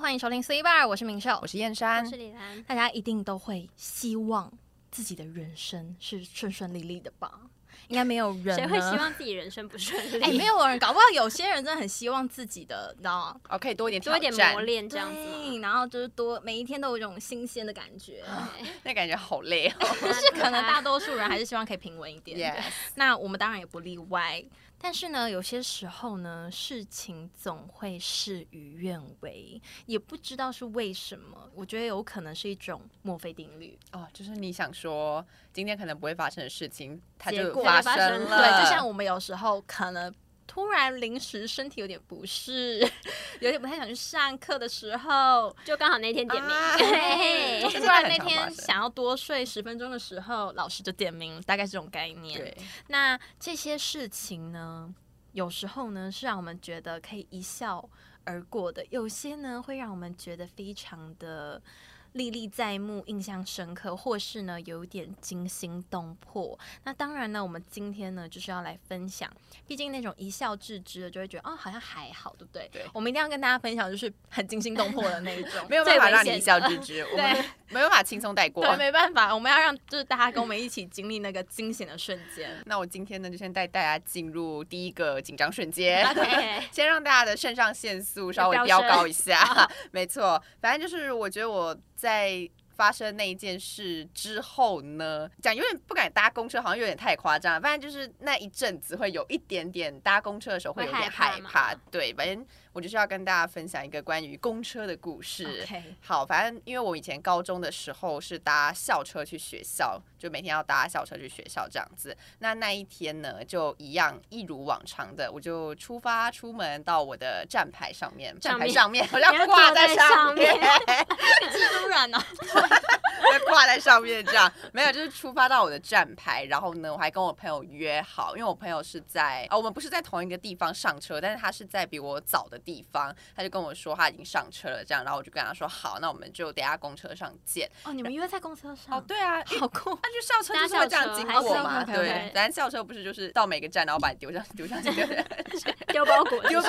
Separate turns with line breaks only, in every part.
欢迎收听 C Bar，我是明秀，
我是燕山
我，是李兰，
大家一定都会希望自己的人生是顺顺利利的吧？ 应该没有人
谁会
呢
希？望自己人生不顺利？
哎、 没有人，搞不好有些人真的很希望自己的，你知道吗？
哦，可以多一点
多一点
挑战
磨，练这样子吗。
对，然后就是多每一天都有一种新鲜的感 觉。
那感觉好累哦。
但是可能大多数人还是希望可以平稳一点。
yes，
那我们当然也不例外。但是呢，有些时候呢，事情总会事与愿违，也不知道是为什么。我觉得有可能是一种墨菲定律，
哦，就是你想说今天可能不会发生的事情，它
结
就
果
发
发
生
生
了。
了
对，就像我们有时候可能突然临时身体有点不适，有点不太想去上课的时候，
就刚好那天点名，
啊
嘿
这
突
真的
然
很
那
常发
天
生
想要多睡十分钟的时候，老师就点名，大概是这种概念。
对，
那这些事情呢，有时候呢是让我们觉得可以一笑而过的，有些呢会让我们觉得非常的历历在目、印象深刻，或是呢有点惊心动魄。那当然呢，我们今天呢就是要来分享，毕竟那种一笑置之的，就会觉得哦好像还好，对不对？
对。
我们一定要跟大家分享，就是很惊心动魄的那一种
没有
最
办法
危
让你
险
一笑
的
置之，我们没办法轻松带过。
对，没办 法，我们要让就是大家跟我们一起经历那个惊险的瞬间。
那我今天呢，就先带大家进入第一个紧张瞬间。
，OK，
先让大家的肾上腺素稍微
飙
飙
升
高 一下， 没错，反正就是我觉得我在发生那一件事之后呢，讲有点不敢搭公车，好像有点太夸张了，反正就是那一阵子会有一点点搭公车的时候会有
会
点
害
害
怕
怕
嘛，
对，反正我就是要跟大家分享一个关于公车的故事。
OK，
好，反正因为我以前高中的时候是搭校车去学校，就每天要搭校车去学校这样子。那那一天呢，就一样一如往常的，我就出发出门到我的站牌上面，站
上
牌
面
上面好
你
像
要
挂
坐在
上
上面
突然呢、
会挂在上面这样。没有，就是出发到我的站牌，然后呢，我还跟我朋友约好，因为我朋友是在啊、我们不是在同一个地方上车，但是他是在比我早的地方，他就跟我说他已经上车了这样，然后我就跟他说好，那我们就等一下公车上见。
哦，你们约在公车上？
哦，对啊，因为
好酷！
那就校车就是会这样经过
嗯搭校车还是
嘛，对
OK，OK，
咱校车不是就是到每个站，然后把你丢上丢上去，丢上去
丢包裹，
丢包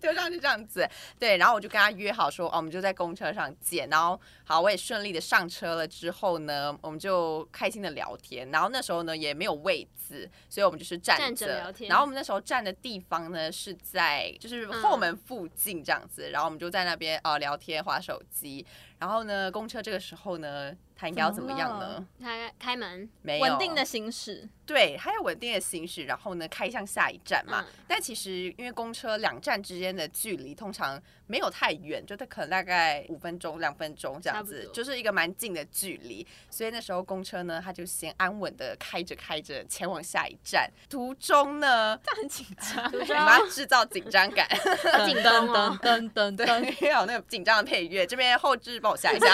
丢上去这样子。对，然后我就跟他约好说，哦，我们就在公车上见。然后好，我也顺利的上车了之后呢，我们就开心的聊天。然后那时候呢也没有位置，所以我们就是站
站着聊天
然后我们那时候站的地方呢是在就是后门附近这样子，然后我们就在那边呃聊天、划手机。然后呢，公车这个时候呢，它应该要怎
怎么
么样
了
呢？
他开门，
没有
稳定的行驶，
对，还有稳定的行驶，然后呢开向下一站嘛。
嗯
但其实因为公车两站之间的距离通常没有太远，就它可能大概五分钟、两分钟这样
差
子
不，多
就是一个蛮近的距离。所以那时候公车呢，它就先安稳的开着开着前往下一站，途中呢，
但很紧张，
途
我
中
们要制造紧张感，
好紧张哦，
噔噔
对，要有那个紧张的配乐。这边后置帮我 下一下。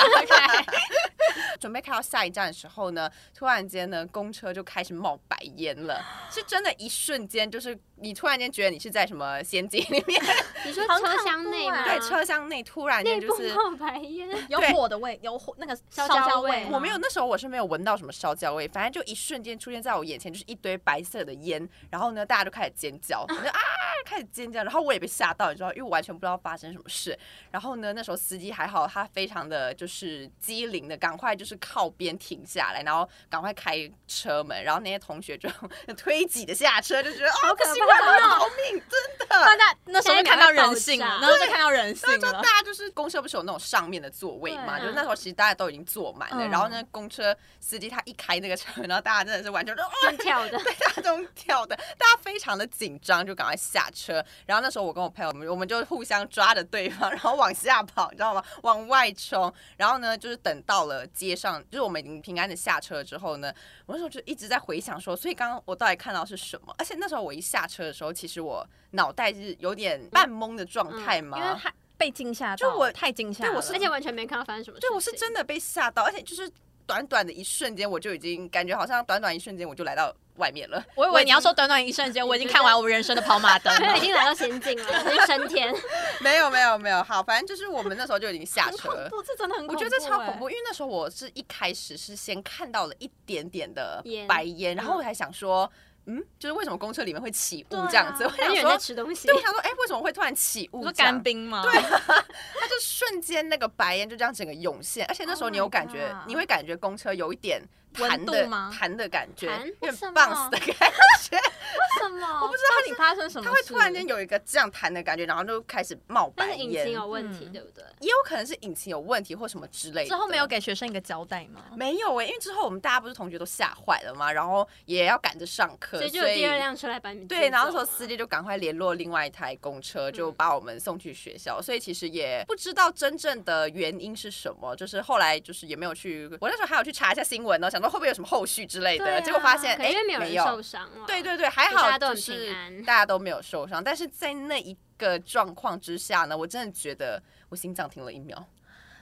准备开到下一站的时候呢，突然间呢，公车就开始冒白烟 了，是真的，一瞬间就是你突然间觉得你是在什么仙境里
嗯
面，
你说
好恐怖
车厢内吗？
哎
对，车厢内突然间
啊内部
就是。
冒白烟，
有
对
火的味，有火那个
烧
焦
焦
味
味
吗，
我没有，那时候我是没有闻到什么烧焦味，反正就一瞬间出现在我眼前，就是一堆白色的烟，然后呢，大家就开始尖叫，我就啊开始尖叫，然后我也被吓到，你知道，因为我完全不知道发生什么事。然后呢，那时候司机还好，他非常的就是机灵的，赶快就是靠边停下来，然后赶快开车门，然后那些同学就 推挤的下车，就觉得哦，不行，
怕
快逃命，
大家那时候就看到人性了，
现在
那时候就看到人性
啊就
了啊
大。家就是公车不是有那种上面的座位嘛，
对
就是那时候其实大家都已经坐满了，
嗯
然后呢，公车司机他一开那个车，然后大家真的是完全就哦，
用跳的，
对，大家都跳的，大家非常的紧张，就赶快下车。然后那时候我跟我朋友，我们我们就互相抓着对方，然后往下跑，你知道吗？往外冲。然后呢，就是等到了街上，就是我们已经平安的下车之后呢，我那时候就一直在回想说，所以刚刚我到底看到是什么？而且那时候我一下车的时候，其实我脑袋是有点半懵的状态嘛，
嗯因为他被惊吓到，
就我
太惊吓了，
对我是
而且完全没看到发生什么事情。
对，我是真的被吓到，而且就是短短的一瞬间，我就已经感觉好像短短一瞬间我就来到外面了。
我以为你要说短短一瞬间，我已经看完我人生的跑马灯
因为已
了。
经来到仙境了，已经升天，
没有没有没有，好，反正就是我们那时候就已经下车。
怖，这真的很
我觉得超恐
欸。
怖，因为那时候我是一开始是先看到了一点点的
烟
白烟，然后
嗯
我才想说，嗯，就是为什么公车里面会起雾
对啊
这样子？我
很
想
远在
说，
吃东西
对，，我想说，哎、为什么会突然起雾？
你说干，冰吗？对，
它就瞬间那个白烟就这样整个涌现，而且那时候
Oh
你有
my
感觉
God
你会感觉公车有一点
温
弹
度
的
吗
弹的感觉
弹，
有
为
点
什么
bounce 的感觉，
为什么？我不知道你发生什么
它
事，
会突然间有一个这样弹的感觉，然后就开始冒
但
白
是引擎
烟，
有问题，
嗯
对不对？
也有可能是引擎有问题或什么之类的。
之后没有给学生一个交代吗？
没有哎、因为之后我们大家不是同学都吓坏了嘛，然后也要赶着上课，
所
所
以就有第二辆车来把你们
对，
接
然后
走
说
嘛
司机就赶快联络另外一台公车，
嗯
就把我们送去学校。所以其实也不知道真正的原因是什么，就是后来就是也没有去，我那时候还有去查一下新闻哦呢，想说会不会有什么后续之类的，
对啊
结果发现
可能
哎
因为没有
没
人受
有，
伤了，
对对对，还
就大
好
家都
就
很
是
平安
大家都没有受伤，但是在那一个状况之下呢，我真的觉得我心脏停了一秒，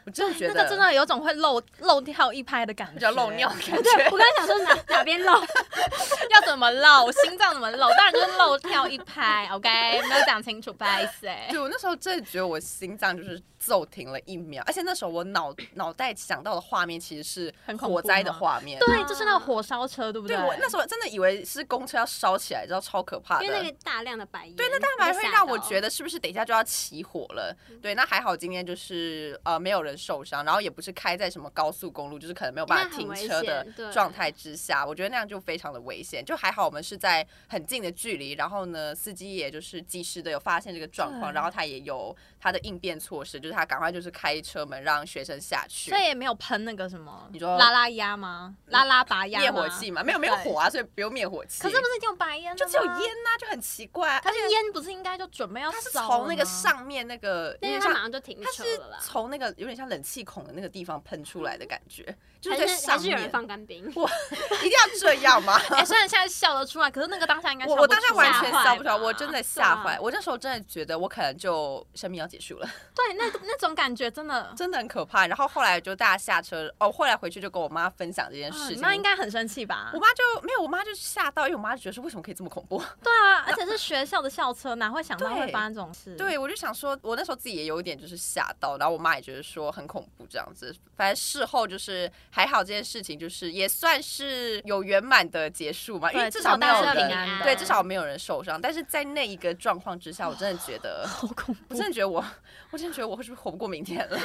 我真的觉
那
得
个真的有种会漏漏跳一拍的感觉，
比较漏 尿的感觉。
对，我刚才想说哪哪边 漏，
要怎么漏？心脏怎么漏？当然就是漏跳一拍，OK，没有讲清楚，不好意思哎、
对，我那时候真的觉得我心脏就是骤停了一秒，而且那时候我脑脑袋想到的画面其实是
很恐怖
火灾的
吗
画面。
对，就是那个火烧车，对不
对
对
我那时候真的以为是公车要烧起来，知道超可怕的。
因为那个大量的白烟，
对，那大白会让我觉
得
得是不是等一下就要起火了？
嗯
对，那还好今天就是呃没有人受伤，然后也不是开在什么高速公路，就是可能没有办
那
法
很
停
危
车
险
的
对
状态之下，我觉得那样就非常的危险。就还好我们是在很近的距离，然后呢司机也就是及时的有发现这个状况，
对
然后他也有他的应变措施，就是他赶快就是开车门让学生下去
所。以也没有喷那个什么，
你说
拉拉鸭吗？拉拉拔鸭吗
灭火器嘛，没有没有火啊，所以不用灭火器。
可是不是已经有白烟了
就
吗
只有烟，呐、就很奇怪啊。
可是烟不是应该就准备要
它是
烧了
从那个
吗啊
上面那个
那
有点
他
像
马上就停
它
车
是
了啦，
从那个有点像冷气孔的那个地方喷出来的感觉，就是
还
在
是还
上
是有人
面。
放干冰，
一定要这样吗？
哎、虽然现在笑得出来，可是那个当下应该
我
笑
我
不
当下
出
完
来
全
吧
笑不出来，我真的吓
对
坏。
啊
我那时候真的觉得我可能就生命要结束了，
对，那那种感觉真的，
真的很可怕。然后后来就大家下车，哦，后来回去就跟我妈分享这件
啊
事
你
情。
妈应该很生气吧
我？妈就没有，我妈就吓到，因为我妈就觉得说为什么可以这么恐怖？
对啊，而且是学校的校车，哪会想到
对
会发生这种事？
对，我啊就想说，我那时候自己也有一点就是吓到，然后我妈也觉得说很恐怖这样子。反正事后就是还好，这件事情就是也算是有圆满的结束嘛，因为
对，至
少没
大
有
家
人
都平
平
安
安
的，
对，至少没有人受伤。但是在那一个状况之下，我真的觉得，
好恐
我
怖。
真的觉得我，我真的觉得我是不是活不过明天 了？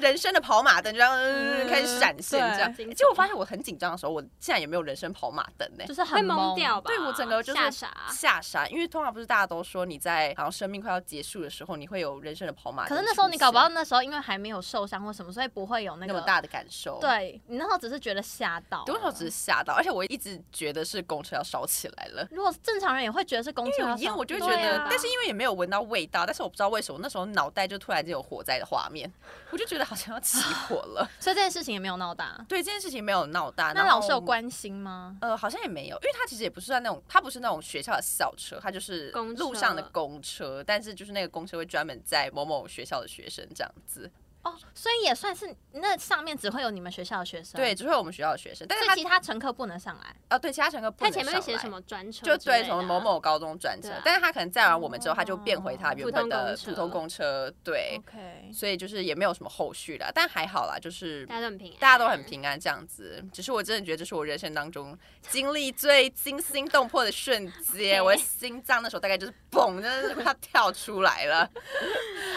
人生的跑马灯就这样、呃
嗯
开始闪现，这样。
对
结果我发现我很紧张的时候，我竟然也没有人生跑马灯欸呢、
就是
会
很
懵掉吧？
对我整个就是
吓
啊
傻，
吓傻，因为通常不是大家都说你在好像生命快要结束的时候，你会有人生的跑马
可
灯出现。
是那时候你搞不好那时候因为还没有受伤或什么，所以不会有那
那
个
么。大的感受。
对你那时候只是觉得吓到啊了，
对，我那时候只是吓到，而且我一直觉得是公车要烧起来了。
如果是正常人也会觉得是公车
因为有
要
烟，
上
我就会觉
对
得，
啊
但是因为也没有闻到味道，但是我不知道为什么那时候脑袋就突然间有火灾的画面，我就觉得好像要起火 了。
所以这件事情也没有闹大。啊
对这件事情没有闹大，
那
然
老
后
师有关心吗？
呃，好像也没有，因为它其实也不是在那种，它不是那种学校的校车，它就是
公车
路上的公车，但是就是那个公车会专门载某某学校的学生这样子。
哦，所以也算是那上面只会有你们学校的学生，
对，，只会有我们学校的学生，但是
所以
他
其他乘客不能上来。
呃，对，其他乘客不
它
能
前面会写
上来
什么专车之
就
类的啊，
对，什么某某高中专车
对啊，
但是他可能载完我们之后，他就变回他
哦
原本的
普通公车
普通公车，对，
OK，
所以就是也没有什么后续啦，但还好啦，就是
大家都很平安，
大家都很平安这样子。只是我真的觉得这是我人生当中经历最惊心动魄的瞬
对
间，我的心脏那时候大概就是嘣，真的是快要跳出 来了，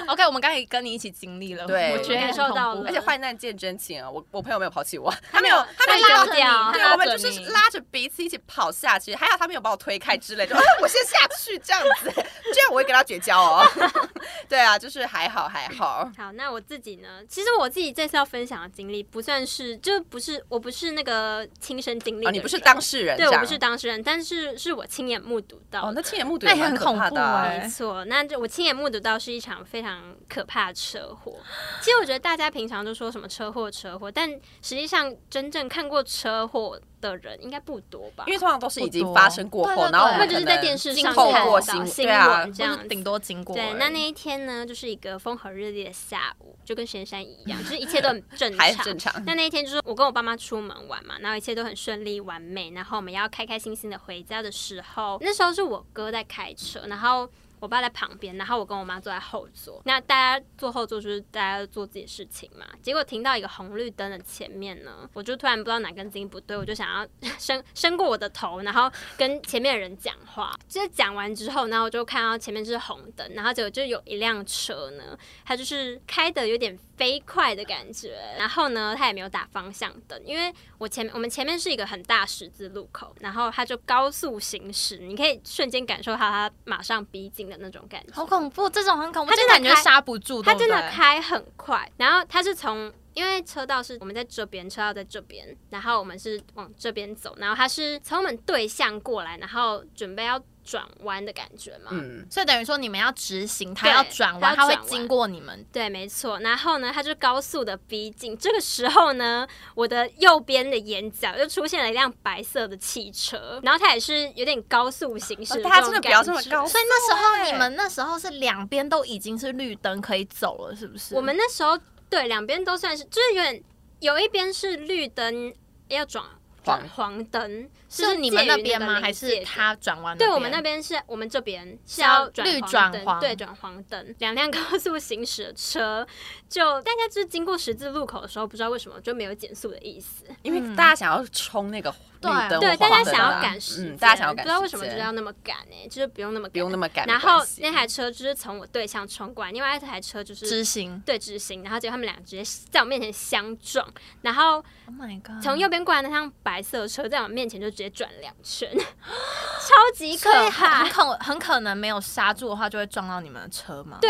OK，我们刚才跟你一起经历了，
对
我觉得
感受到
很恐
了
怖
而且患难见真情啊！我我朋友没有抛弃我，他
没
没
有
有，他没
他没
有拉
有
着
丢掉
对，
他
我们
拉
就
着
是
你
拉着彼此一起跑下去，还好他没有把我推开之类 的，就啊我先下去这样子，这样我会跟他绝交哦。 对啊，就是还好还好，
好，那我自己呢？其实我自己这次要分享的经历不算是，就不是我不是那个亲身经历、
哦，你不是当，事人，
对
这
我
样
不是当事人，但是是我亲眼目睹到的。
哦，那亲眼目睹
那
也
也
蛮
很
可
恐
怕的啊、
怖欸
没错，那就我亲眼目睹到是一场非常可怕的车祸。其实我觉得大家平常都说什么车祸车祸，但实际上真正看过车祸的人应该不多吧？
因为通常都是已
不
经
多
发生过
对
后，
对
然后我
对
那
们
就是
可
在
能
电视上
透
看
过
到
新
新
对啊
闻这样
或
子
是顶多经过而已。
对，那那一天呢，就是一个风和日丽的下午，就跟神山一样，就是一切都很正
还
常。
正常。
那那一天就是我跟我爸妈出门玩嘛，然后一切都很顺利完美，然后我们要开开心心的回家的时候，那时候是我哥在开车，然后我爸在旁边，然后我跟我妈坐在后座。那大家坐后座就是大家做自己的事情嘛。结果停到一个红绿灯的前面呢，我就突然不知道哪根筋不对，我就想要 伸伸过我的头，然后跟前面的人讲话。就是讲完之后，然后我就看到前面是红灯，然后结果就有一辆车呢，它就是开的有点飞快的感觉，然后呢，它也没有打方向灯，因为我前面我们前面是一个很大十字路口，然后它就高速行驶，你可以瞬间感受到它马上逼近的那种感觉，
好恐怖，这种很恐怖，
他
就
真的
感觉
开
刹不住，
它
对
真
不
的
对
开很快，然后它是从。因为车道是我们在这边，车道在这边，然后我们是往这边走，然后它是从我们对向过来，然后准备要转弯的感觉嘛。
嗯，
所以等于说你们要执行，他
对
要转弯，
他
他
要
会
转弯
经过你们。
对，没错。然后呢，他就高速的逼近。这个时候呢，我的右边的眼角就出现了一辆白色的汽车，然后它也是有点高速行驶、
哦大家真的不要这么高
所以那时候
欸
你们那时候是两边都已经是绿灯可以走了，是不是？
我们那时候对两边都算是，就是有点有一边是绿灯要转
黄
转黄灯，就是
你们
介于
那
个
边吗？
临
还
界
是
点
他转弯？
对我们那。边是我们这边是
要
要转
绿
黄
转
灯
黄
对，转黄灯，两辆高速行驶的车，就大家就是经过十字路口的时候，不知道为什么就没有减速的意思。
因为大家想要冲那个
对
绿
嗯
灯，
对，大家想要赶
赶
时间，
嗯，大家想要
不
赶，
知道为什么就是要那么赶哎、就是不用那么
不用那
么。
么赶没
然
关系。
后那台车就是从我对向冲过来，另外一台车就是
执行
对直行，然后结果他们俩直接在我面前相撞，然后
，Oh my god！
从右边过来那辆白色的车在我面前就直接转两圈，超级可
所以很
怕
很。可很可能没有刹住的话，就会撞到你们的车嘛。，
对，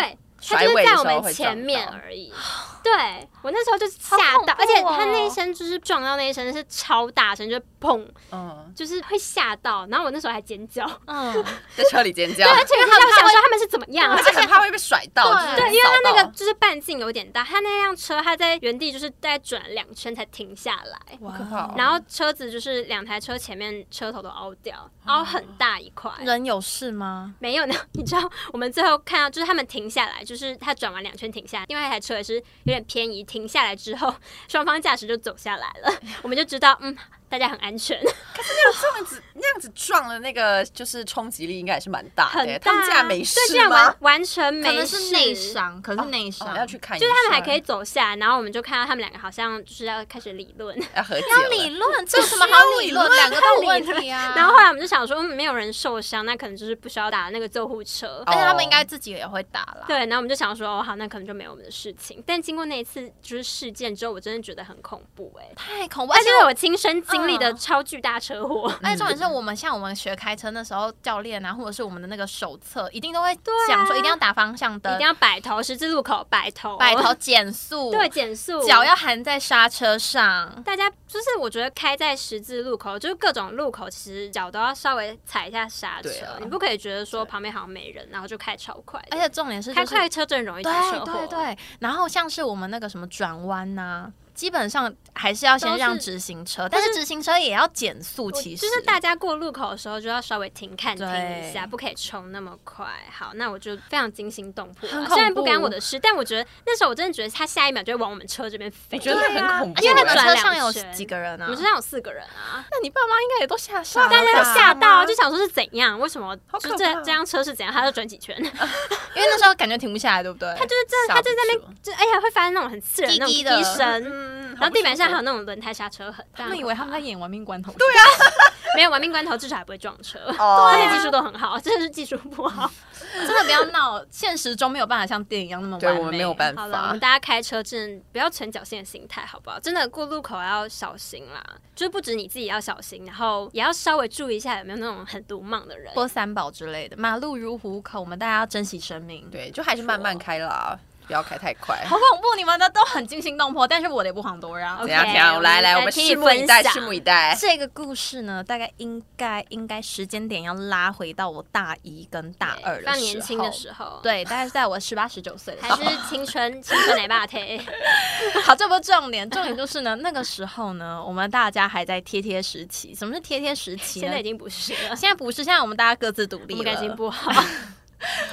他
甩
就是
尾
在我
的时候
们
会
前
撞
面
到
而已。对我那时候就是
好
吓
恐
到，而且
怖
他那一
哦
声就是撞到那一声是超大声，就是砰，
嗯，
就是会吓到。然后我那时候还尖叫，
嗯，
在车里尖叫，
而且他我想说他们是怎么样啊
而？且很怕会被甩到，
对
就是
对，因为他那
扫
个
到
就是半径有点大，他那辆车他在原地就是大概转了两圈才停下来。
好可怕哦
然后车子就是两台车前面车头都凹掉，凹很大一块。
人有事吗？
没有呢，你知道我们最后看到就是他们停下来，就是他转完两圈停下来，另外一台车也是有点偏移，停下来之后，双方驾驶就走下来了，我们就知道嗯，大家很安全，
这样子那样子撞了那个就是冲击力应该也是蛮大的
很
耶，
大啊。
他们竟然没
对，竟
事
然完
吗？
完全没
可
事，
能是内伤，可是内伤、
哦要去看医
就
生，
是他们还可以走下来，然后我们就看到他们两个好像就是要开始理论，
要和解
要
了
理论，这有什么好理论？两个都有问题啊。
然后后来我们就想说，嗯，没有人受伤，那可能就是不需要打那个救护车。
而且他们应该
哦
自己也会打啦。
对，然后我们就想说，哦，好，那可能就没有我们的事情。但经过那一次就是事件之后，我真的觉得很恐怖哎、
太恐怖！
而
而
且
且
我亲身经历的
嗯
超巨大车祸，
而且重
嗯
点是我们像我们学开车那时候，教练啊，或者是我们的那个手册，一定都会讲说一定要打方向
啊一
灯
定，要摆头，十字路口摆头，
摆头减速，
对，减速，
脚要含在刹车上。
大家就是我觉得开在十字路口，就是各种路口，其实脚都要稍微踩一下刹车
对，啊
你不可以觉得说旁边好像没人，然后就开超快的，
而且重点是、就
开
是，
快车真的容易出车
对对
祸，
对。然后像是我们那个什么转弯呐、基本上还是要
都
先
是
让直行车，但是直行车也要减速，
我
其实
就是大家过路口的时候就要稍微停看停一下，
对
不可以冲那么快。好，那我就非常惊心动魄、
很恐
啊，
怖
虽然不干我的事，但我觉得那时候我真的觉得他下一秒就会往我们车这边飞。
我觉得
对
很恐怖
啊而
欸耶，
且
因为
那个
他转
车
两
上有
圈
几个人啊
我们？车上有四个人啊，
那你爸妈应该也都吓傻了吧，
大家都吓到，就想说是怎样，为什么
啊好
就
可
这
怕啊
这辆车是怎样，他就转几圈，他
因为那时候感觉停不下来，对不对？他
就是真的，他就在那
刹不
边，就哎呀会发生那种很刺人那种
滴滴
滴
的
滴声。
嗯，
然后地板上还有
很
那种轮胎刹车痕，
他们以为他们在演亡命 关头，对
没有玩命关头，至少还不会撞车。
哦
他们技术都很好，真的是技术不 好。
真的不要闹，现实中没有办法像电影一样那么
对
完美。
我们没有办
好了，我
法
们，大家开车真的不要存侥幸的心态，好不好？真的过路口要小心啦，就是不止你自己要小心，然后也要稍微注意一下有没有那种很鲁莽的人。
波三宝之类的，马路如虎口，我们大家要珍惜生命。，
对，就还是慢慢开啦，不要开太快。
好恐怖，你们的都很惊心动魄，但是我的也不遑多 让。
OK
怎样怎样？来来，
我们
我们
来听你
拭目以待，
分享
拭目以待。
这个故事呢，大概应该应该时间点要拉回到我大一跟大
对
二的
非常年轻的
候，
时候，，
对，大概是在我十八十九岁的时
还
候。
是青春青春奶爸贴，
好，这不是重点，重点就是呢，那个时候呢，我们大家还在贴贴时期。什么是贴贴时期呢？
现在已经不是了，
现在不是，现在我们大家各自独
我
立
们
了。
感情 不好，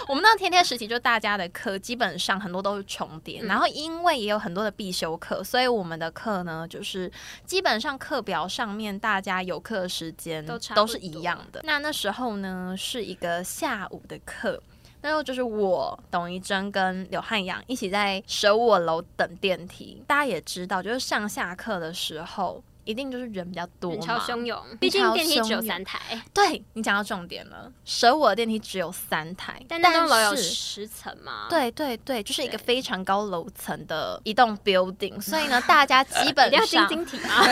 我们那天天时期，就大家的课基本上很多都是重叠，
嗯
然后因为也有很多的必修课，所以我们的课呢，就是基本上课表上面大家有课的时间
都差不多
都是一样的。那那时候呢，是一个下午的课。那时候就是我、董一真跟刘汉阳一起在舍我楼等电梯。大家也知道，就是上下课的时候，一定就是人比较多
人
嘛。
潮 汹涌，毕竟
潮
电梯只有
汹涌
三台，
对你讲到重点了，舍我的电梯只有三台，
但那栋楼有
是
十层嘛，，
对对对，就是一个
啊对
非常高楼层的一栋 building，所 以呢，大家基本
一定要晶
上
晶体啊，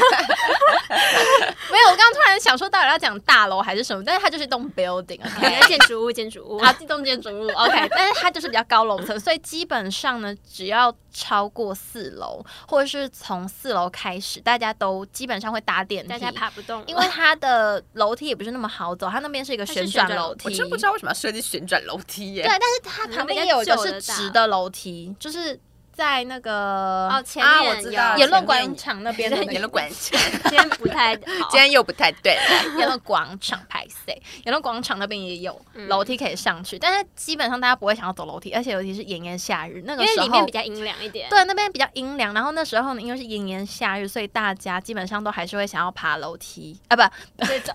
没有。我刚刚突然想说，到底要讲大楼还是什么？但是它就是一栋 building，OK，、
建筑物建筑物，
啊，机动建筑物，OK，但是 它就是比较高楼层，所以基本上呢，只要超过四楼，或者是从四楼开始，大家都基本上会搭电梯，
大家爬不动了，
因为它的楼梯也不是那么好走，它那边是一个
它是
旋
旋
转
转
楼
楼
梯，
我真不知道为什么要设计旋转楼梯耶、
对，但是
嗯
它旁边也有一个是直的楼梯，就是在那个
哦前
啊我
面
知
有
道
言
也
论广场那边 的那个
言论广场，
今天不太 好
今，天又不太 对了。
言论广场拍谁？言论广场那边也有
嗯
楼梯可以上去，但是基本上大家不会想要走楼梯，而且尤其是炎炎夏日那
因
个
为
时候，
里面比较阴凉一点，
对那边比较阴凉，然后那时候呢，因为是炎炎夏日，所以大家基本上都还是会想要爬楼梯啊，不
所以找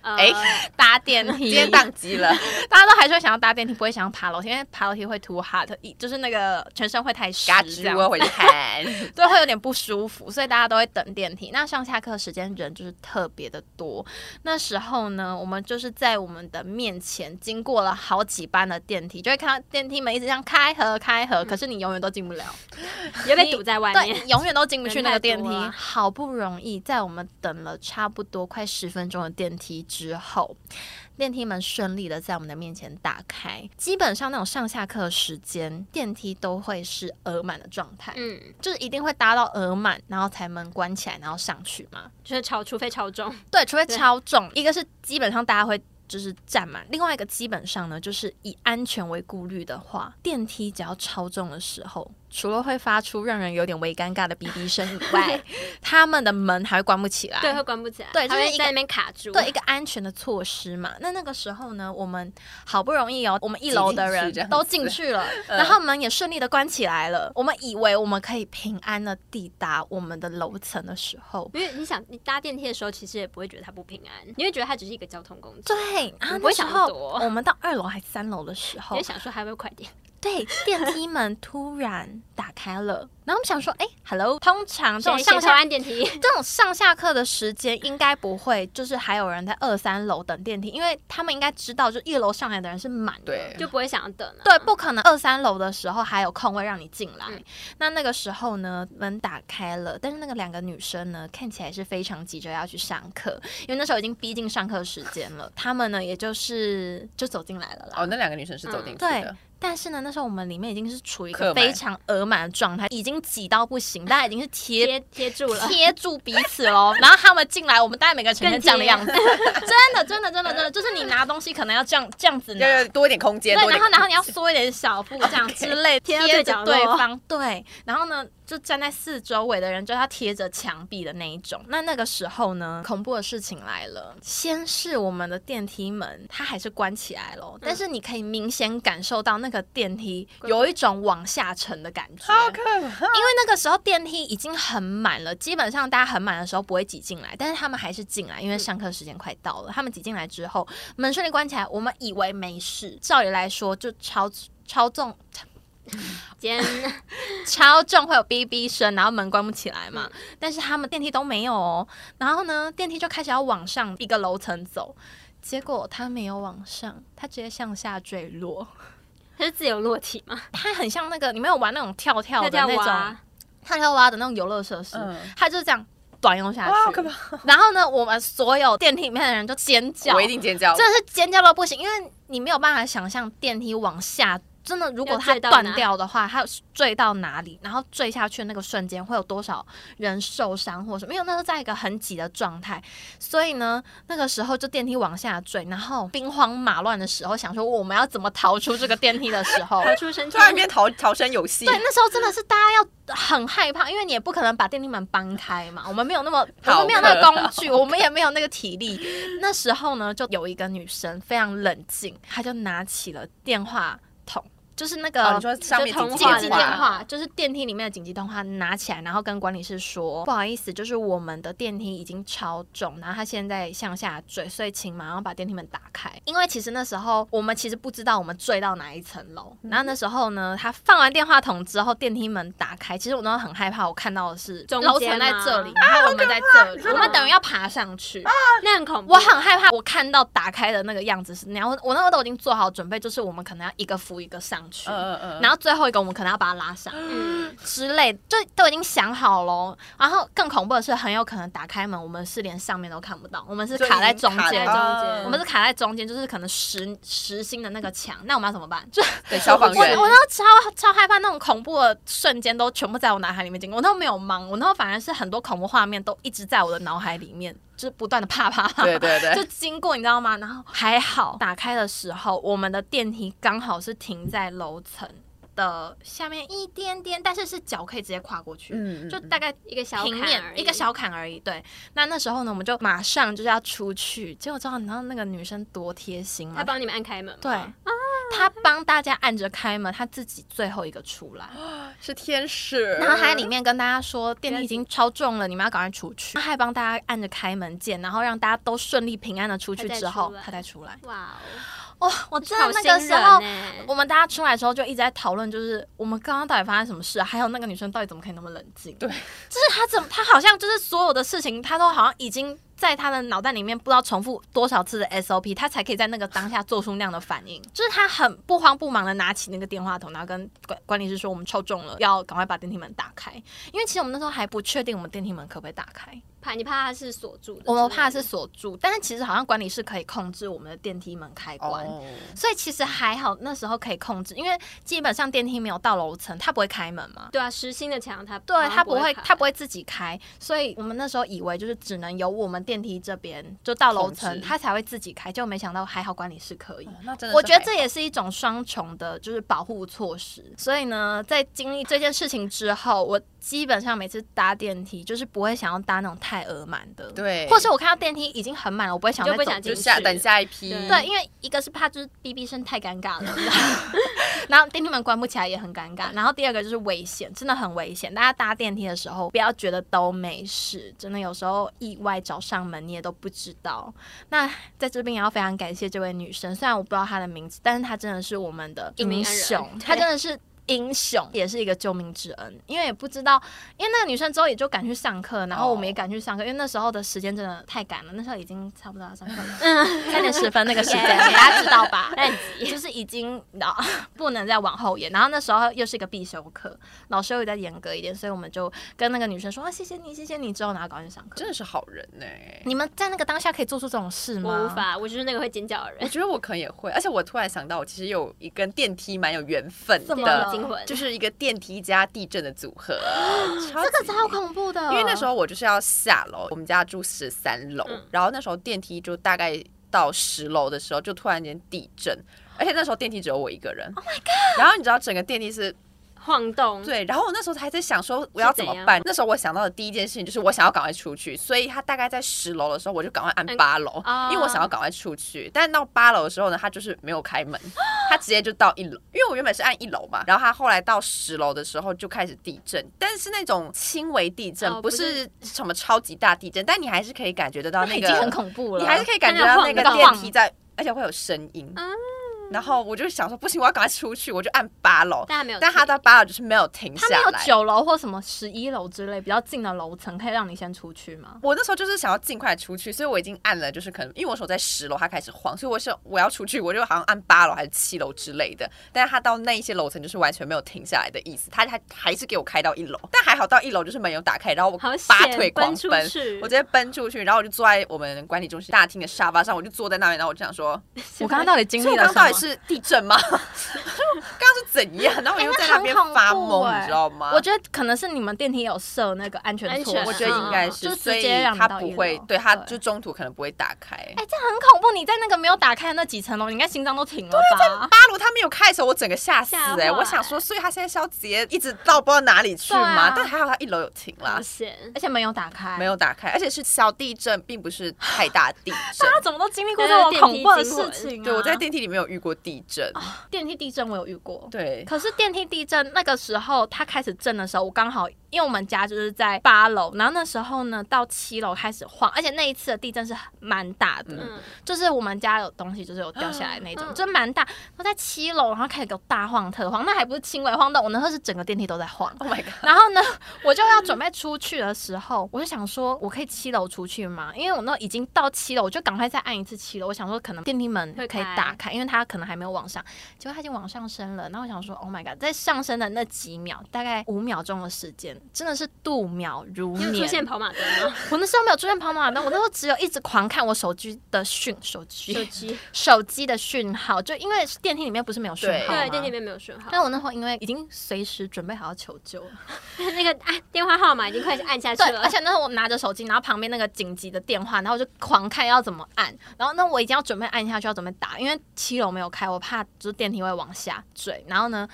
呃，
哎
搭电梯。
今天宕机 了，
大家都还是会想要搭电梯，不会想要爬楼梯，因为爬楼梯会 too hard，一就是那个全身会太湿
嘎
这
吱
样
窝回去喊。
对，会有点不舒服，所以大家都会等电梯。那上下课时间人就是特别的多，那时候呢，我们就是在我们的面前经过了好几班的电梯，就会看到电梯门一直这样开合开合，可是你永远都进不了，
也被堵在外
对，
面，
你永远都进不去那个电梯
嗯人太多。了啊
好不容易在我们等了差不多快十分钟的电梯之后，电梯门顺利的在我们的面前打开。基本上那种上下课时间，电梯都会是额满的状态。
嗯，
就是一定会搭到额满，然后才门关起来，然后上去嘛。
就是超，除非超重，
对，除非
对
超重，一个是基本上大家会就是站满，另外一个基本上呢，就是以安全为顾虑的话，电梯只要超重的时候，除了会发出让人有点微尴尬的哔哔声以 外，他们的门还会关不起来。
对，会关不起来，
啊对
它
就是
会
一个
在那边卡住，
对一个安全的措施嘛。那那个时候呢，我们好不容易哦，我们一楼的
挤进去这
人
样
都
子
进去了，然后门也顺利的关起来了。我们以为我们可以平安的抵达我们的楼层的时候，
因为你想，你搭电梯的时候，其实也不会觉得它不平安，你会觉得它只是一个交通工具。
对，然后
不
那
会
时
想
候
多
我们到二楼还三楼的时
你
候
会，想说还会快点，
对，电梯门突然打开了，然后我们想说，哎，hello，通常这种
谁谁
上
偷
下
按电梯，
这种上下课的时间应该不会，就是还有人在二三楼等电梯，因为他们应该知道，就一楼上来的人是满的，
对
就不会想要等了。
对，不可能二三楼的时候还有空位让你进来。
嗯
那那个时候呢，门打开了，但是那个两个女生呢，看起来是非常急着要去上课，因为那时候已经逼近上课时间了。她们呢，也就是就走进来了啦。
哦，那两个女生是走进去
对
嗯
的，，
但是呢，那时候我们里面已经是处于一个
客满
非常额满的状态，已经挤到不行，大家已经是贴
贴贴住了，
贴住彼此喽。然后他们进来，我们大概每个成员
更
这样的
贴
样子， 真的，真的，真的，真的，就是你拿东西可能要这样这样子拿
要，要多一点空间，
对，
多一
然
点
后然后你要缩一点小步这样
OK
之类，
贴到
贴
最
着
角
对
落
方，对，然后呢就站在四周围的人就要贴着墙壁的那一种。那那个时候呢，恐怖的事情来了，先是我们的电梯门它还是关起来了，
嗯
但是你可以明显感受到那个电梯有一种往下沉的感觉。
好可怕。
因为那个时候电梯已经很满了，基本上大家很满的时候不会挤进来，但是他们还是进来，因为上课时间快到了。他们挤进来之后，门顺利关起来，我们以为没事。照理来说，就超超重
今天
超重会有哔哔声，然后门关不起来嘛。但是他们电梯都没有哦。然后呢，电梯就开始要往上一个楼层走，结果它没有往上，它直接向下坠落。
它是自由落体嘛，
它很像那个你没有玩那种跳跳
跳
的
跳
那种
蛙，
跳跳蛙的那种游乐设施，
嗯哦
它就是这样短用下去。
哇，好可怕！
然后呢，我们所有电梯里面的人就尖叫，
我一定尖叫。
真的是尖叫到不行，因为你没有办法想象电梯往下。真的，如果它
要坠到
断
哪
掉的话，它坠到哪里，然后坠下去那个瞬间会有多少人受伤或什么？因为那时候在一个很挤的状态，所以呢，那个时候就电梯往下坠，然后兵荒马乱的时候，想说我们要怎么逃出这个电梯的时候，
逃出生
突
天，
然变逃逃生游戏啊
对，，那时候真的是大家要很害怕，因为你也不可能把电梯门搬开嘛，我们没有那么，我
好
们没有那个
可
工具，我们也没有那个体力。那时候呢，就有一个女生非常冷静，她就拿起了电话筒。就是那
哦
个
你说上面
就同
紧
紧
急
急
紧
电
电
话，
话，就是电梯里面的紧急电话拿起来，然后跟管理室说，不好意思，就是我们的电梯已经超重，然后它现在向下坠，所以请马上把电梯门打开。因为其实那时候我们其实不知道我们坠到哪一层楼，然后那时候呢，他放完电话筒之后，电梯门打开，其实我那时候很害怕，我看到的是
中间
楼层在这里
吗，
然后我们在这 里，
真的
我们等于要爬上 去。
那很恐怖。
我很害怕，我看到打开的那个样子是那样，我我那时候都已经做好准备，就是我们可能要一个扶一个上去，
嗯嗯
然后最后一个我们可能要把它拉上
嗯，
之类，就都已经想好喽。然后更恐怖的是，很有可能打开门，我们是连上面都看不到，我们是卡在中间。
到
我们是卡在中间，就是可能实实心的那个墙，那我们要怎么办？就
对消防
我
员
我都超超害怕那种恐怖的瞬间，都全部在我脑海里面经过，我都没有忙，我那时候反而是很多恐怖画面都一直在我的脑海里面，就是不断的啪啪啪，
对对对
就经过，你知道吗？然后还好，打开的时候，我们的电梯刚好是停在楼层的下面一点点，但是是脚可以直接跨过去，
嗯嗯
就大概
一个小
平
坎
面
而已
一个小坎而已。对，那那时候呢，我们就马上就是要出去，结果知道你知道那个女生多贴心吗
他？帮你们按开门吗，
对，她帮大家按着开门，她自己最后一个出 来。
是天使，
然后还里面跟大家说电梯已经超重了，你们要赶快出去。他还帮大家按着开门键，然后让大家都顺利平安的出去之后，他
他
才
再
出来。
哇哦，
哦，我真
好
的那个
心
时
人
候，
欸
我们大家出来的时候就一直在讨论，就是我们刚刚到底发生什么事、啊，还有那个女生到底怎么可以那么冷静？
对
就是她怎么，她好像就是所有的事情，她都好像已经在她的脑袋里面不知道重复多少次的 SOP，她才可以在那个当下做出那样的反应。就是她很不慌不忙的拿起那个电话筒，然后跟管管理师说我们抽中了，要赶快把电梯门打开，因为其实我们那时候还不确定我们电梯门可不可以打开。
怕你怕他是锁住的之类的，
我们怕是锁住，但是其实好像管理室可以控制我们的电梯门开关，
哦
所以其实还好，那时候可以控制，因为基本上电梯没有到楼层，它不会开门嘛。
对啊，实心的墙它
对，它
它
不会，它不
啊会
会自己开，所以我们那时候以为就是只能由我们电梯这边就到楼层，
控制
它才会自己开，就没想到还好管理室可以。
哦那真的是还好，
我觉得这也是一种双重的，就是保护措施。所以呢，在经历这件事情之后，我基本上每次搭电梯就是不会想要搭那种太额满的，，
对，
或是我看到电梯已经很满了，我不会想
就
再
不
走
想
进
就
去
进
下
去
等下一批，
对
对，因为一个是怕就是哔哔声太尴尬了， 然后电梯门关不起来也很尴尬。然后第二个就是危险，真的很危险。大家搭电梯的时候，不要觉得都没事，真的有时候意外找上门你也都不知道。那在这边也要非常感谢这位女生，虽然我不知道她的名字，但是她真的是我们的
救命
英
恩人
雄，
对
她真的是。英雄也是一个救命之恩，因为也不知道，因为那个女生之后也就赶去上课，然后我们也赶去上课，因为那时候的时间真的太赶了，那时候已经差不多要上课了。 三点十分那个时 间，大家知道吧？就是已经啊，不能再往后延。然后那时候又是一个必修课，老师又再严格一点，所以我们就跟那个女生说：“啊，谢谢你，谢谢你。”之后然后赶紧上课
真。的是好人欸呢。
你们在那个当下可以做出这种事
我无
吗？
法，我就是那个会尖叫的
我
人，
觉得我可能也会，而且我突然想到，我其实有一跟电梯蛮有缘分
怎么了
的，
惊魂，
就是一个电梯加地震的组 合，这
这个超恐怖 的，
因为那时候我就是要下楼，我们家住十三楼
嗯，
然后那时候电梯就大概到十楼的时候，就突然间地震，而且那时候电梯只有我一个人。Oh my god！然后你知道整个电梯是
晃动，
对，然后我那时候还在想说我要怎么
嗯是怎
办。那时候我想到的第一件事情就是我想要赶快出去，所以他大概在十楼的时候我就赶快按
按
八楼，
哦
因为我想要赶快出去。但到八楼的时候呢，他就是没有开门，他直接就到一楼，因为我原本是按一楼嘛，然后他后来到十楼的时候就开始地震，但是那种轻微地震，
哦
不
不是
是什么超级大地震，但你还是可以感觉得到
那
那
已
个
经很恐怖了，
你还是可以感
那
觉到
晃
那
那
个
个
电
晃
梯在，而且会有声音。
嗯
然后我就想说，不行，我要赶快出去，我就按八楼。
但他没有停，
但他到八楼就是没有停
他没
下
有
来。
九楼或什么十一楼之类比较近的楼层，可以让你先出去吗？
我那时候就是想要尽快出去，所以我已经按了，就是可能因为我手在十楼，它开始晃，所以我想我要出去，我就好像按八楼还是七楼之类的。但是他到那一些楼层就是完全没有停下来的意思，他还还是给我开到一楼，但还好到一楼就是门有打开，然后我
好
拔
险
腿狂
奔出
奔，
去，
我直接奔出去，然后我就坐在我们管理中心大厅的沙发上，我就坐在那边，然后我就想说，
我刚刚到底经
所以
历
我
了
刚刚
什
到底
么？
是地震吗？ 就刚刚是怎样？然后我
哎
又
那
在那
很
边
恐
发
怖
懵，
哎
你知道吗？
我觉得可能是你们电梯有设那个安全
安
措
全
施，
啊我觉得应该是，
嗯就
所
直
以
接让你
他
到
不
一
会
楼，
对他
对
就中途可能不会打开。
哎、这样很恐怖！你在那个没有打开的那几层楼，你应该心脏都停了吧？
八楼他没有开的时候，我整个吓死
吓
哎、我
坏
想说，所以他现在是要直接一直到不知道哪里去
对
吗？
啊
但还好他一楼有停啦
好，险，
而且没有打开，
没有打开，而且是小地震，并不是太大地震。
他啊怎么都经历过这种恐怖的事哦
但是
情、啊？
对，我在电梯里面有遇过地震，
电梯地震，我有有遇过。
对，
可是电梯地震那个时候，它开始震的时候，我刚好因为我们家就是在八楼，然后那时候呢到七楼开始晃，而且那一次的地震是蛮大的，
嗯，
就是我们家有东西就是有掉下来那种，
嗯
就蛮大。都在七楼，然后开始给我大晃特晃，那还不是轻微晃动，我那时候是整个电梯都在 晃。
Oh my god！
然后呢，我就要准备出去的时候，我就想说，我可以七楼出去吗？因为我那已经到七楼，我就赶快再按一次七楼。我想说，可能电梯门
会
可以
开
打开，因为它可能还没有往上。结果它已经往上升了。然后我想说，Oh my god！在上升的那几秒，大概五秒钟的时间，真的是度秒 如
你有出
年。
现跑马灯 吗？
我那时候没有出现跑马灯，我那时候只有一直狂看我手机的讯，手
手
机
机
手机的讯号，就因为电梯里面不是没有讯
对
号吗
对，电梯里。面没有讯号，
但我那时候因为已经随时准备好要求救了，
那个按电话号码已经快按下去
对，
了
而。且那时候我拿着手机，然后旁边那个紧急的电话，然后我就狂看要怎么按，然后那我已经要准备按下去，要准备打，因为七楼没有开，我怕就是电梯会往下坠。然后呢，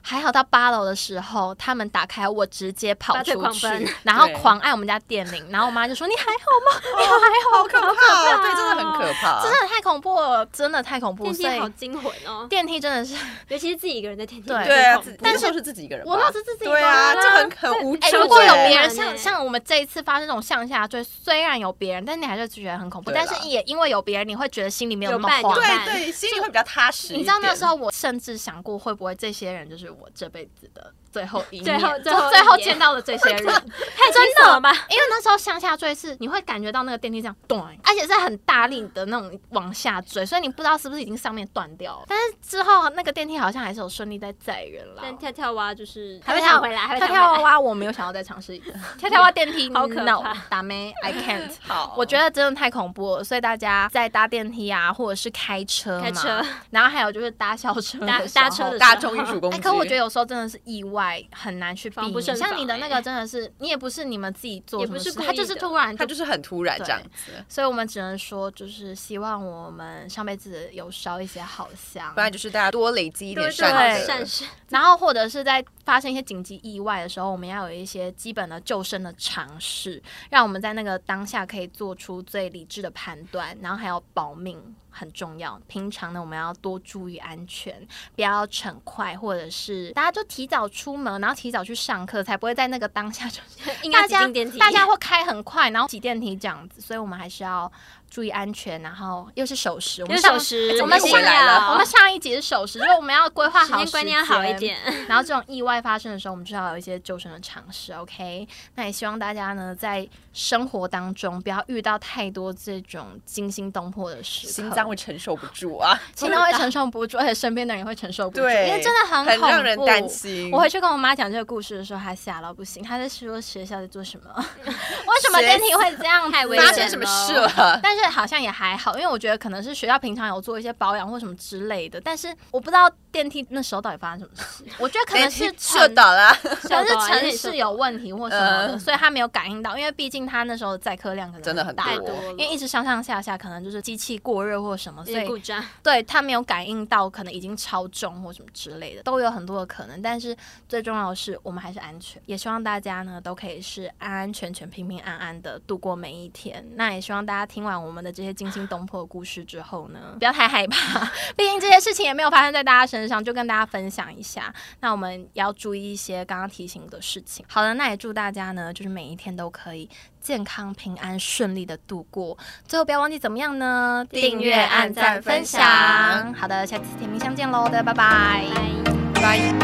还好到八楼的时候，他们打开，我直接跑
拔腿
出
狂奔
去，然后
对
狂按我们家电铃，然后我妈就说：“你还好
好可怕
怕
哦，
哦
对，真的很可怕。
真的太恐怖了，真的太恐怖，
电
所
梯好
以
惊魂哦，
电梯真的是，
尤其是自己一个人在电梯里，
对
对啊，
很恐
自
怖
但是是自己一个人吧，
我那是自己一个
对啊，
人啊
就很很无助
哎、
欸。
如果有
对
别人
很
像
难欸
像我们这一次发生这种向下坠，虽然有别人，但你还是觉得很恐怖，
对
但
啦
是也因为有别人，你会觉得心里没有那么
有伴
慌
有。伴
对对，心里会比较踏实一点。
你知道那时候我甚至想过，会不会这些人就是我这辈子的最后一面，
最后
就
最后一
最后
眼
见到的这些 人。
太惊悚 了吧？
因为那时候向下坠是你会感觉到那个电梯这样断，而且是很大力的那种往下坠，所以你不知道是不是已经上面断掉了。但是之后那个电梯好像还是有顺利在载人啦。
但跳跳蛙就是
还
还
会
会
跳
弹回来，还会
跳
弹回
跳
来。
蛙，我没有想要再尝试一次。 跳跳蛙电梯，嗯
好可怕
no，打妹，I can't。
好，
我觉得真的太恐怖了，所以大家在搭电梯啊，或者是开车嘛
开车，
然后还有就是搭校车的
搭
时候、
搭车的
大众运输工
哎，
具，
可我觉得有时候真的是意外，很难去避
防不
免。
胜
像
防
你的那
哎
个真的是，你也不是你们自己做
也
什
不
么
是
事，
故
他
意
就是
的
突然
他
就
就是很突然
对
这样子，
所以我们只能说，就是希望我们上辈子有烧一些好香啊
不，然就是大家多累积一点
对
善
对
德
善事，
然后或者是在发生一些紧急意外的时候，我们要有一些基本的救生的常识，让我们在那个当下可以做出最理智的判断，然后还有保命很重要。平常呢，我们要多注意安全，不要逞快，或者是大家就提早出门，然后提早去上课，才不会在那个当下就
应
大
该挤
家
进电梯。
大家会开很快，然后挤电梯这样子，所以我们还是要注意安全，然后又是守时，我
有
们上
手时，
我们
又
上
回来了
我们上一集是守时，就是我们要规划
时
好
间观念要好一。点。
然后这种意外发生的时候，我们就要有一些救生的常识。OK，那也希望大家呢，在生活当中不要遇到太多这种惊心动魄的事，
心脏会承受不住 啊，
心脏会承受不住，而且身边的人也会承受不住，
对
因为真的很
很
恐
让人
怖
担心。
我回去跟我妈讲这个故事的时候，她吓到不行，她在说学校在做什么， 为什么电梯会这样子，
太危
发
险
生什么
了
事了？
但是好像也还好，因为我觉得可能是学校平常有做一些保养或什么之类的，但是我不知道电梯那时候到底发生什么事。我觉得可能是
哎
城
射，倒啦，
可能是城市有问题或什么的，
嗯
所以他没有感应到，因为毕竟他那时候的载客量可能
真的很
大
太
多
多了，
因为一直上上下下，可能就是机器过热或什么，所
有点
以
故障，
对他没有感应到，可能已经超重或什么之类的，都有很多的可能。但是最重要的是，我们还是安全，也希望大家呢都可以是安安全全、平平安安的度过每一天。那也希望大家听完我们的这些惊心动魄的故事之后呢，不要太害怕，毕竟这些事情也没有发生在大家身上，就跟大家分享一下。那我们也要注意一些刚刚提醒的事情。好的，那也祝大家呢，就是每一天都可以健康、平安、顺利的度过。最后不要忘记怎么样呢？
订阅按赞分享
好的，下次甜蜜相见喽，大家拜拜
拜。
拜。